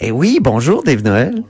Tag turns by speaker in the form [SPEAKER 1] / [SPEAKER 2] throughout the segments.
[SPEAKER 1] Eh oui, bonjour Dave Noël.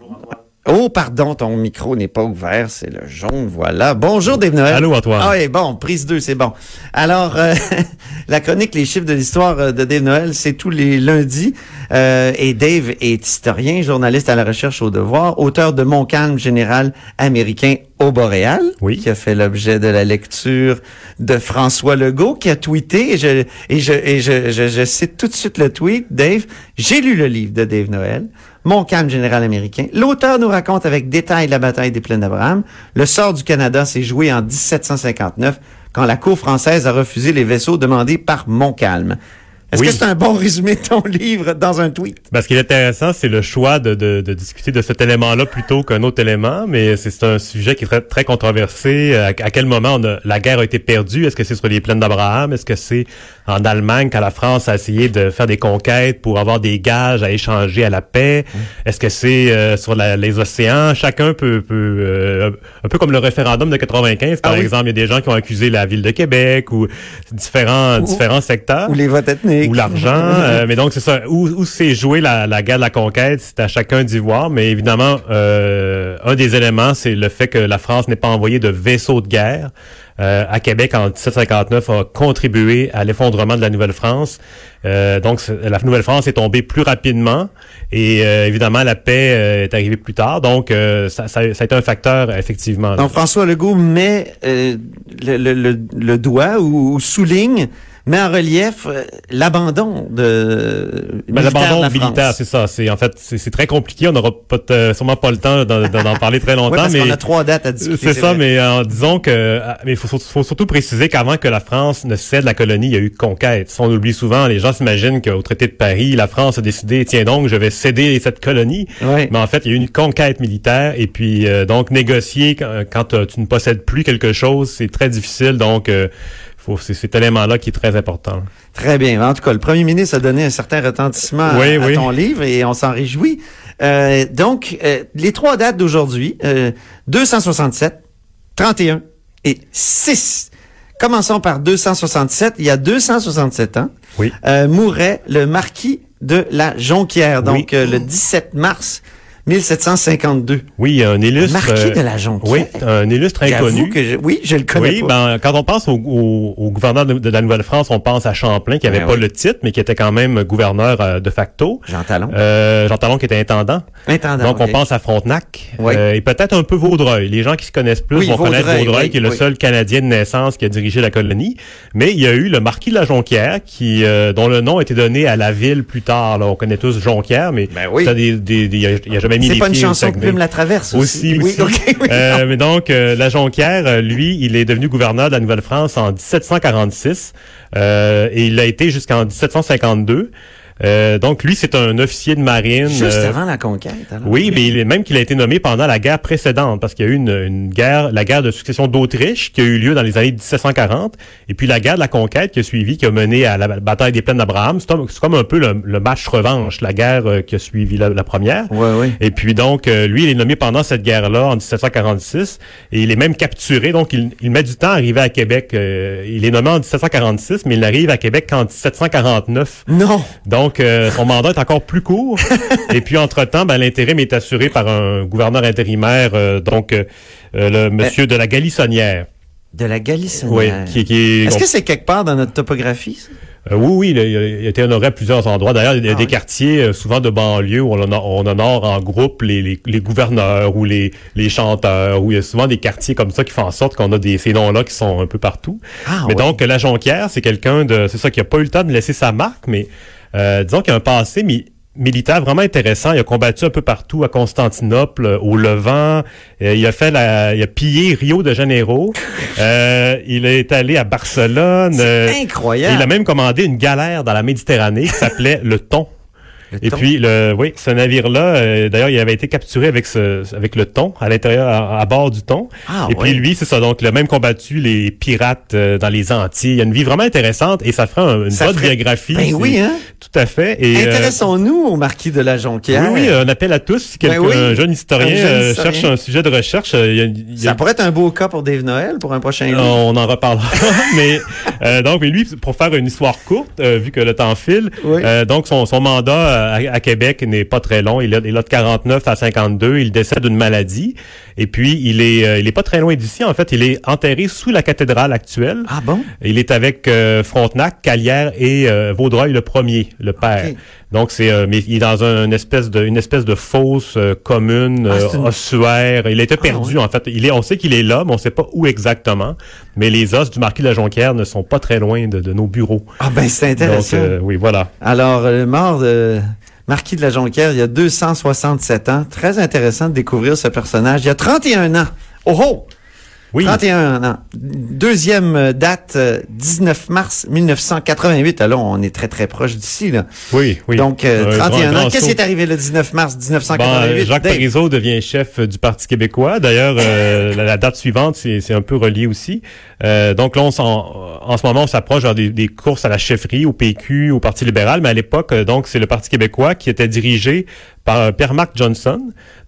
[SPEAKER 1] Oh, pardon, ton micro n'est pas ouvert, c'est le jaune, voilà. Bonjour Dave Noël.
[SPEAKER 2] Allô, Antoine.
[SPEAKER 1] Ah oui, bon, prise 2, c'est bon. Alors, euh, la chronique Les chiffres de l'histoire euh, de Dave Noël, c'est tous les lundis. Euh, et Dave est historien, journaliste à la recherche au devoir, auteur de Mon calme général américain au Boréal,
[SPEAKER 2] Oui.
[SPEAKER 1] qui a fait l'objet de la lecture de François Legault, qui a tweeté, et je, et je, et je, je, je cite tout de suite le tweet, Dave, j'ai lu le livre de Dave Noël, Mon calme général américain. L'auteur nous raconte avec détail la bataille des plaines d'Abraham. Le sort du Canada s'est joué en 1759, quand la cour française a refusé les vaisseaux demandés par Montcalm. Est-ce
[SPEAKER 2] Oui.
[SPEAKER 1] que c'est un bon résumé de ton livre dans un tweet?
[SPEAKER 2] Ben, ce qui est intéressant, c'est le choix de, de- de discuter de cet élément-là plutôt qu'un autre élément, mais c'est c'est un sujet qui est très, très controversé. Euh, À, à quel moment on a- la guerre a été perdue? Est-ce que c'est sur les plaines d'Abraham? Est-ce que c'est en Allemagne quand la France a essayé de faire des conquêtes pour avoir des gages à échanger à la paix?
[SPEAKER 1] Mm.
[SPEAKER 2] Est-ce que c'est euh, sur la- les océans? Chacun peut... peut euh, un peu comme le référendum de 95, par
[SPEAKER 1] Ah oui.
[SPEAKER 2] exemple. Il y a des gens qui ont accusé la ville de Québec ou différents, différents secteurs
[SPEAKER 1] Ou les votes ethniques?
[SPEAKER 2] ou l'argent. euh, mais donc, c'est ça. Où, où s'est jouée la, la guerre de la conquête, c'est à chacun d'y voir. Mais évidemment, euh, un des éléments, c'est le fait que la France n'ait pas envoyé de vaisseau de guerre. Euh, à Québec, en 1759, a contribué à l'effondrement de la Nouvelle-France. Euh, donc, c'est- la Nouvelle-France est tombée plus rapidement et euh, évidemment, la paix euh, est arrivée plus tard. Donc, euh, ça, ça, ça a été un facteur, effectivement. là.
[SPEAKER 1] Donc François Legault met euh, le, le- le- le doigt ou, ou souligne, met en relief euh, l'abandon de
[SPEAKER 2] Ben,
[SPEAKER 1] militaire de
[SPEAKER 2] l'abandon
[SPEAKER 1] la
[SPEAKER 2] militaire,
[SPEAKER 1] France.
[SPEAKER 2] c'est ça. C'est en fait, c'est c'est très compliqué. On n'aura pas t- sûrement pas le temps d'en d'en parler très longtemps,
[SPEAKER 1] Oui, parce
[SPEAKER 2] mais
[SPEAKER 1] qu'on a trois dates à discuter.
[SPEAKER 2] c'est ça.
[SPEAKER 1] vrai.
[SPEAKER 2] Mais euh, disons que, euh, mais faut, faut- faut surtout préciser qu'avant que la France ne cède la colonie, il y a eu conquête. Ça, on oublie souvent. Les gens s'imaginent qu'au traité de Paris, la France a décidé, tiens donc, je vais céder cette colonie.
[SPEAKER 1] Ouais.
[SPEAKER 2] Mais en fait, il y a eu une conquête militaire et puis euh, donc négocier quand, quand, euh, tu ne possèdes plus quelque chose, c'est très difficile. Donc, euh, faut- c'est cet élément-là qui est très important.
[SPEAKER 1] Très bien. En tout cas, le premier ministre a donné un certain retentissement à-
[SPEAKER 2] Oui,
[SPEAKER 1] à,
[SPEAKER 2] oui.
[SPEAKER 1] ton livre et on s'en réjouit. Euh, donc, euh, les trois dates d'aujourd'hui, euh, 267, 31 et 6. Commençons par 267. Il y a 267 ans,
[SPEAKER 2] Oui.
[SPEAKER 1] euh, mourait le marquis de la Jonquière, donc
[SPEAKER 2] Oui.
[SPEAKER 1] euh, le 17 mars 1752.
[SPEAKER 2] Oui, un illustre.
[SPEAKER 1] Marquis
[SPEAKER 2] euh,
[SPEAKER 1] de la Jonquière.
[SPEAKER 2] Oui, un illustre
[SPEAKER 1] J'avoue
[SPEAKER 2] inconnu.
[SPEAKER 1] que je- oui, je le connais
[SPEAKER 2] Oui,
[SPEAKER 1] pas.
[SPEAKER 2] ben, quand on pense au, au- au gouverneur de, de la Nouvelle-France, on pense à Champlain, qui avait
[SPEAKER 1] Ben
[SPEAKER 2] pas
[SPEAKER 1] oui.
[SPEAKER 2] le titre, mais qui était quand même gouverneur euh, de facto.
[SPEAKER 1] Jean Talon.
[SPEAKER 2] Euh, Jean Talon qui était intendant.
[SPEAKER 1] Intendant.
[SPEAKER 2] Donc,
[SPEAKER 1] ok.
[SPEAKER 2] on pense à Frontenac
[SPEAKER 1] Oui.
[SPEAKER 2] euh, et peut-être un peu Vaudreuil. Les gens qui se connaissent plus
[SPEAKER 1] Oui,
[SPEAKER 2] vont connaître
[SPEAKER 1] Vaudreuil,
[SPEAKER 2] Vaudreuil,
[SPEAKER 1] oui,
[SPEAKER 2] qui est le
[SPEAKER 1] oui.
[SPEAKER 2] seul Canadien de naissance qui a dirigé la colonie. Mais il y a eu le marquis de la Jonquière, qui euh, dont le nom a été donné à la ville plus tard. là. On connaît tous Jonquière, mais
[SPEAKER 1] Ben oui.
[SPEAKER 2] ça, des- des- des- il a- il a jamais mis
[SPEAKER 1] C'est
[SPEAKER 2] les
[SPEAKER 1] pas une
[SPEAKER 2] pieds au
[SPEAKER 1] chanson que
[SPEAKER 2] Saguenay.
[SPEAKER 1] Plume la traverse aussi.
[SPEAKER 2] Aussi, aussi.
[SPEAKER 1] Oui, ok, oui.
[SPEAKER 2] Euh, mais donc, euh, la Jonquière, euh, lui, il est devenu gouverneur de la Nouvelle-France en 1746 euh, et il a été jusqu'en 1752. Euh, donc, lui, c'est un officier de marine.
[SPEAKER 1] Juste
[SPEAKER 2] euh,
[SPEAKER 1] avant la conquête. alors.
[SPEAKER 2] oui, mais il est, même qu'il a été nommé pendant la guerre précédente, parce qu'il y a eu une, une guerre, la guerre de succession d'Autriche qui a eu lieu dans les années 1740, et puis la guerre de la conquête qui a suivi, qui a mené à la ba- bataille des plaines d'Abraham. C'est comme, c'est comme un peu le, le match revanche, la guerre euh, qui a suivi la, la première.
[SPEAKER 1] Ouais, oui.
[SPEAKER 2] Et puis donc, euh, lui, il est nommé pendant cette guerre-là, en 1746, et il est même capturé, donc il, il met du temps à arriver à Québec. Euh, il est nommé en 1746, mais il n'arrive à Québec qu'en 1749.
[SPEAKER 1] Non.
[SPEAKER 2] Donc, euh, son mandat est encore plus court. Et puis, entre-temps, ben, l'intérim est assuré par un gouverneur intérimaire, euh, donc euh, euh, le monsieur de la Galissonnière.
[SPEAKER 1] De la
[SPEAKER 2] Oui,
[SPEAKER 1] Galissonnière.
[SPEAKER 2] qui, qui
[SPEAKER 1] Est-ce que c'est quelque part dans notre topographie? ça?
[SPEAKER 2] Euh, oui, oui, il a, il a été honoré à plusieurs endroits. D'ailleurs, il y a
[SPEAKER 1] Ah
[SPEAKER 2] des
[SPEAKER 1] oui.
[SPEAKER 2] quartiers, euh, souvent de banlieue, où on honore, on honore en groupe les, les, les gouverneurs ou les, les chanteurs, où il y a souvent des quartiers comme ça qui font en sorte qu'on a des, ces noms-là qui sont un peu partout.
[SPEAKER 1] Ah, ouais.
[SPEAKER 2] mais donc, la Jonquière, c'est quelqu'un de... C'est ça, qui a pas eu le temps de laisser sa marque, mais euh, disons qu'il y a un passé mi- militaire vraiment intéressant. Il a combattu un peu partout, à Constantinople, euh, au Levant. Euh, il a fait la... Il a pillé Rio de Janeiro. Euh, il est allé à Barcelone. euh,
[SPEAKER 1] C'est
[SPEAKER 2] et Il a
[SPEAKER 1] incroyable.
[SPEAKER 2] même commandé une galère dans la Méditerranée qui s'appelait le Thon. Et
[SPEAKER 1] thon.
[SPEAKER 2] puis, le, oui, ce navire-là, euh, d'ailleurs, il avait été capturé avec, ce, avec le thon, à l'intérieur, à, à bord du thon.
[SPEAKER 1] Ah,
[SPEAKER 2] et
[SPEAKER 1] ouais.
[SPEAKER 2] puis, lui, c'est ça. Donc, le même combattu les pirates euh, dans les Antilles. Il y a une vie vraiment intéressante et ça fera un- une
[SPEAKER 1] Ça
[SPEAKER 2] bonne
[SPEAKER 1] ferait-
[SPEAKER 2] biographie.
[SPEAKER 1] Ben
[SPEAKER 2] C'est-
[SPEAKER 1] oui, hein?
[SPEAKER 2] Tout à fait. Et, euh,
[SPEAKER 1] Intéressons-nous au marquis de la Jonquière.
[SPEAKER 2] oui, euh, oui, un appel à tous. Si
[SPEAKER 1] Ben
[SPEAKER 2] quelqu'un,
[SPEAKER 1] oui.
[SPEAKER 2] un jeune historien,
[SPEAKER 1] Un jeune
[SPEAKER 2] euh,
[SPEAKER 1] historien.
[SPEAKER 2] cherche un sujet de recherche, euh, il y a- il y a
[SPEAKER 1] Ça pourrait être un beau cas pour Dave Noël pour un prochain livre.
[SPEAKER 2] Euh, on en reparlera. mais euh, donc, mais lui, pour faire une histoire courte, euh, vu que le temps file,
[SPEAKER 1] Oui.
[SPEAKER 2] euh, donc son, son mandat euh, à, à Québec n'est pas très long. Il a, il a de 49 à 52. Il décède d'une maladie. Et puis, il est, euh, il est pas très loin d'ici. En fait, il est enterré sous la cathédrale actuelle.
[SPEAKER 1] Ah bon?
[SPEAKER 2] Il est avec euh, Frontenac, Calière et euh, Vaudreuil le premier, le père.
[SPEAKER 1] Ok.
[SPEAKER 2] Donc c'est euh, mais il est dans un, une espèce de une espèce de fosse euh, commune
[SPEAKER 1] Ah,
[SPEAKER 2] euh,
[SPEAKER 1] c'est une-
[SPEAKER 2] ossuaire. Il était
[SPEAKER 1] Ah,
[SPEAKER 2] perdu en fait. Il est on sait qu'il est là, mais on sait pas où exactement. Mais les os du marquis de la Jonquière ne sont pas très loin de, de nos bureaux.
[SPEAKER 1] Ah ben c'est
[SPEAKER 2] Donc
[SPEAKER 1] intéressant.
[SPEAKER 2] euh, oui, voilà.
[SPEAKER 1] Alors, euh, le mort de Marquis de la Jonquière, il y a 267 ans. Très intéressant de découvrir ce personnage. Il y a 31 ans. Oh oh!
[SPEAKER 2] Oui.
[SPEAKER 1] 31 ans. Deuxième euh, date, euh, 19 mars 1988. Alors, on est très, très proche d'ici, là.
[SPEAKER 2] Oui, oui.
[SPEAKER 1] Donc, euh,
[SPEAKER 2] Un grand-
[SPEAKER 1] 31
[SPEAKER 2] grand
[SPEAKER 1] ans. Qu'est-ce qui
[SPEAKER 2] saut.
[SPEAKER 1] est arrivé le 19 mars
[SPEAKER 2] Bon, euh,
[SPEAKER 1] 1988?
[SPEAKER 2] Jacques
[SPEAKER 1] Dave?
[SPEAKER 2] Parizeau devient chef euh, du Parti québécois. D'ailleurs, euh, la, la date suivante, c'est c'est un peu relié aussi. Euh, donc là, on s'en- euh, en ce moment, on s'approche vers des, des courses à la chefferie, au PQ, au Parti libéral. Mais à l'époque, euh, donc, c'est le Parti québécois qui était dirigé par euh, Pierre Marc Johnson,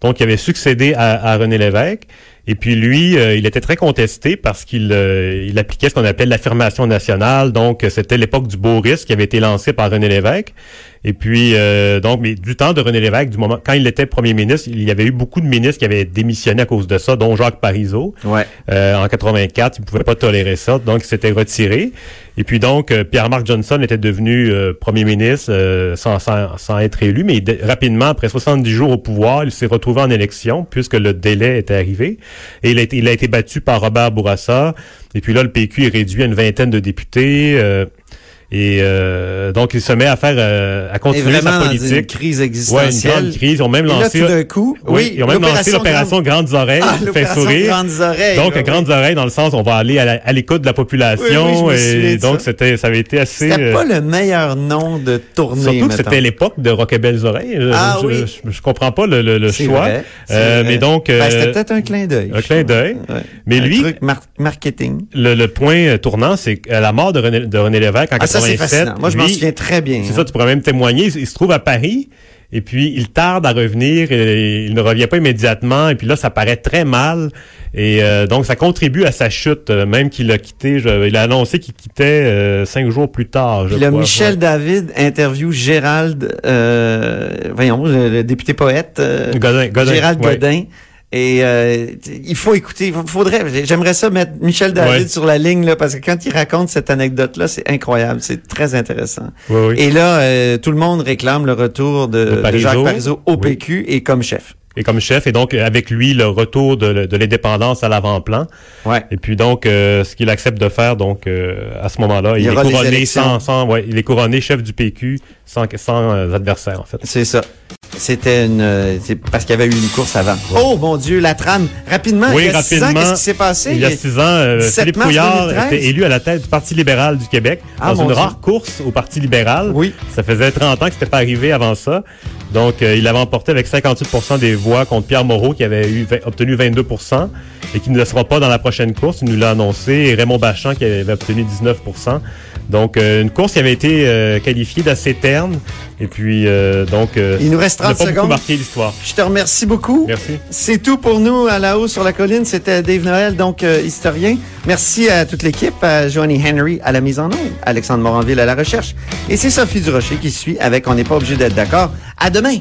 [SPEAKER 2] donc qui avait succédé à, à René Lévesque. Et puis lui, euh, il était très contesté parce qu'il euh, il appliquait ce qu'on appelle l'affirmation nationale. Donc, euh, c'était l'époque du beau risque qui avait été lancé par René Lévesque. Et puis, euh, donc, mais du temps de René Lévesque, du moment quand il était premier ministre, il y avait eu beaucoup de ministres qui avaient démissionné à cause de ça, dont Jacques Parizeau.
[SPEAKER 1] Ouais.
[SPEAKER 2] Euh, en 84, il ne pouvait pas tolérer ça, donc il s'était retiré. Et puis donc, euh, Pierre-Marc Johnson était devenu euh, premier ministre euh, sans, sans, sans être élu, mais dé- rapidement, après 70 jours au pouvoir, il s'est retrouvé en élection puisque le délai était arrivé. Et il a été, il a été battu par Robert Bourassa. Et puis là, le PQ est réduit à une vingtaine de députés. euh, et euh, donc, il se met à faire, euh, à
[SPEAKER 1] Et
[SPEAKER 2] continuer
[SPEAKER 1] vraiment,
[SPEAKER 2] sa
[SPEAKER 1] dans une
[SPEAKER 2] politique.
[SPEAKER 1] crise
[SPEAKER 2] Ouais, une
[SPEAKER 1] existentielle.
[SPEAKER 2] grande crise. Ils ont même
[SPEAKER 1] Et là,
[SPEAKER 2] lancé,
[SPEAKER 1] tout d'un coup,
[SPEAKER 2] oui, ils ont même lancé l'opération Grandes Oreilles,
[SPEAKER 1] Ah,
[SPEAKER 2] fait
[SPEAKER 1] l'opération
[SPEAKER 2] sourire.
[SPEAKER 1] Grandes Oreilles.
[SPEAKER 2] Donc,
[SPEAKER 1] oui, oui.
[SPEAKER 2] grandes oreilles, dans le sens, on va aller à la- à l'écoute de la population.
[SPEAKER 1] Oui, oui, je me souviens
[SPEAKER 2] et
[SPEAKER 1] de
[SPEAKER 2] donc,
[SPEAKER 1] ça.
[SPEAKER 2] c'était, ça avait été assez.
[SPEAKER 1] C'était
[SPEAKER 2] euh,
[SPEAKER 1] pas le meilleur nom de tournée,
[SPEAKER 2] Surtout que
[SPEAKER 1] mettons.
[SPEAKER 2] c'était l'époque de Rock et Belles Oreilles. Je,
[SPEAKER 1] Ah
[SPEAKER 2] je,
[SPEAKER 1] oui.
[SPEAKER 2] je- je comprends pas le, le- le
[SPEAKER 1] C'est
[SPEAKER 2] choix.
[SPEAKER 1] vrai, c'est
[SPEAKER 2] Euh,
[SPEAKER 1] vrai.
[SPEAKER 2] mais donc,
[SPEAKER 1] Ben,
[SPEAKER 2] euh,
[SPEAKER 1] c'était peut-être un clin d'œil.
[SPEAKER 2] un clin d'œil.
[SPEAKER 1] Ouais.
[SPEAKER 2] Mais
[SPEAKER 1] un
[SPEAKER 2] lui-
[SPEAKER 1] truc mar- marketing.
[SPEAKER 2] le, le point euh, tournant, c'est que, euh, la mort de René, de René Lévesque en
[SPEAKER 1] Ah, ça, c'est
[SPEAKER 2] 87.
[SPEAKER 1] fascinant. Moi, je m'en
[SPEAKER 2] lui,
[SPEAKER 1] souviens très bien.
[SPEAKER 2] C'est
[SPEAKER 1] hein.
[SPEAKER 2] ça, tu pourrais même témoigner. Il, il se trouve à Paris. Et puis, il tarde à revenir, et il ne revient pas immédiatement, et puis là, ça paraît très mal, et euh, donc ça contribue à sa chute, euh, même qu'il a quitté, je- il a annoncé qu'il quittait euh, cinq jours plus tard, je
[SPEAKER 1] Puis le
[SPEAKER 2] crois.
[SPEAKER 1] Michel David interview Gérald, euh, voyons, le, le député poète, euh,
[SPEAKER 2] Godin, Godin,
[SPEAKER 1] Gérald
[SPEAKER 2] ouais.
[SPEAKER 1] Godin. Et euh, t- il faut écouter, il faudrait, j'aimerais ça mettre Michel David
[SPEAKER 2] Ouais.
[SPEAKER 1] sur la ligne, là, parce que quand il raconte cette anecdote-là, c'est incroyable, c'est très intéressant.
[SPEAKER 2] Oui, oui.
[SPEAKER 1] Et là, euh, tout le monde réclame le retour de,
[SPEAKER 2] De
[SPEAKER 1] de Jacques
[SPEAKER 2] Parizeau.
[SPEAKER 1] Parizeau au
[SPEAKER 2] Oui.
[SPEAKER 1] PQ et comme chef.
[SPEAKER 2] Et comme chef, et donc euh, avec lui, le retour de, de l'indépendance à l'avant-plan.
[SPEAKER 1] Ouais.
[SPEAKER 2] Et puis donc, euh, ce qu'il accepte de faire, donc euh, à ce moment-là,
[SPEAKER 1] Il
[SPEAKER 2] il,
[SPEAKER 1] y
[SPEAKER 2] est
[SPEAKER 1] aura des
[SPEAKER 2] couronné
[SPEAKER 1] élections.
[SPEAKER 2] sans, sans- ouais, il est couronné chef du PQ sans, sans euh, adversaire en fait.
[SPEAKER 1] C'est ça. C'était une, euh, c'est parce qu'il y avait eu une course avant. Oh mon Dieu, la trame. Rapidement,
[SPEAKER 2] Oui,
[SPEAKER 1] il y a six ans,
[SPEAKER 2] rapidement.
[SPEAKER 1] qu'est-ce qui s'est passé?
[SPEAKER 2] Il y a six ans, euh,
[SPEAKER 1] 17
[SPEAKER 2] Philippe
[SPEAKER 1] mars
[SPEAKER 2] Couillard
[SPEAKER 1] 2013.
[SPEAKER 2] était élu à la tête du Parti libéral du Québec
[SPEAKER 1] Ah, mon
[SPEAKER 2] dans une
[SPEAKER 1] Dieu.
[SPEAKER 2] rare course au Parti libéral.
[SPEAKER 1] Oui.
[SPEAKER 2] Ça faisait 30 ans que c'était pas arrivé avant ça. Donc, euh, il avait emporté avec 58 des voix contre Pierre Moreau, qui avait eu, vingt- obtenu 22 et qui ne le sera pas dans la prochaine course. Il nous l'a annoncé. Et Raymond Bachand, qui avait obtenu 19 Donc, euh, une course qui avait été euh, qualifiée d'assez terne. Et puis, euh, donc, euh,
[SPEAKER 1] Il nous reste
[SPEAKER 2] n'a
[SPEAKER 1] 30
[SPEAKER 2] pas beaucoup
[SPEAKER 1] secondes.
[SPEAKER 2] marqué l'histoire.
[SPEAKER 1] Je te remercie beaucoup.
[SPEAKER 2] Merci.
[SPEAKER 1] C'est tout pour nous à la haut sur la colline. C'était Dave Noël, donc euh, historien. Merci à toute l'équipe, à Joanie Henry à la mise en œuvre, Alexandre Moranville à la recherche. Et c'est Sophie Durocher qui suit avec On n'est pas obligé d'être d'accord. À demain.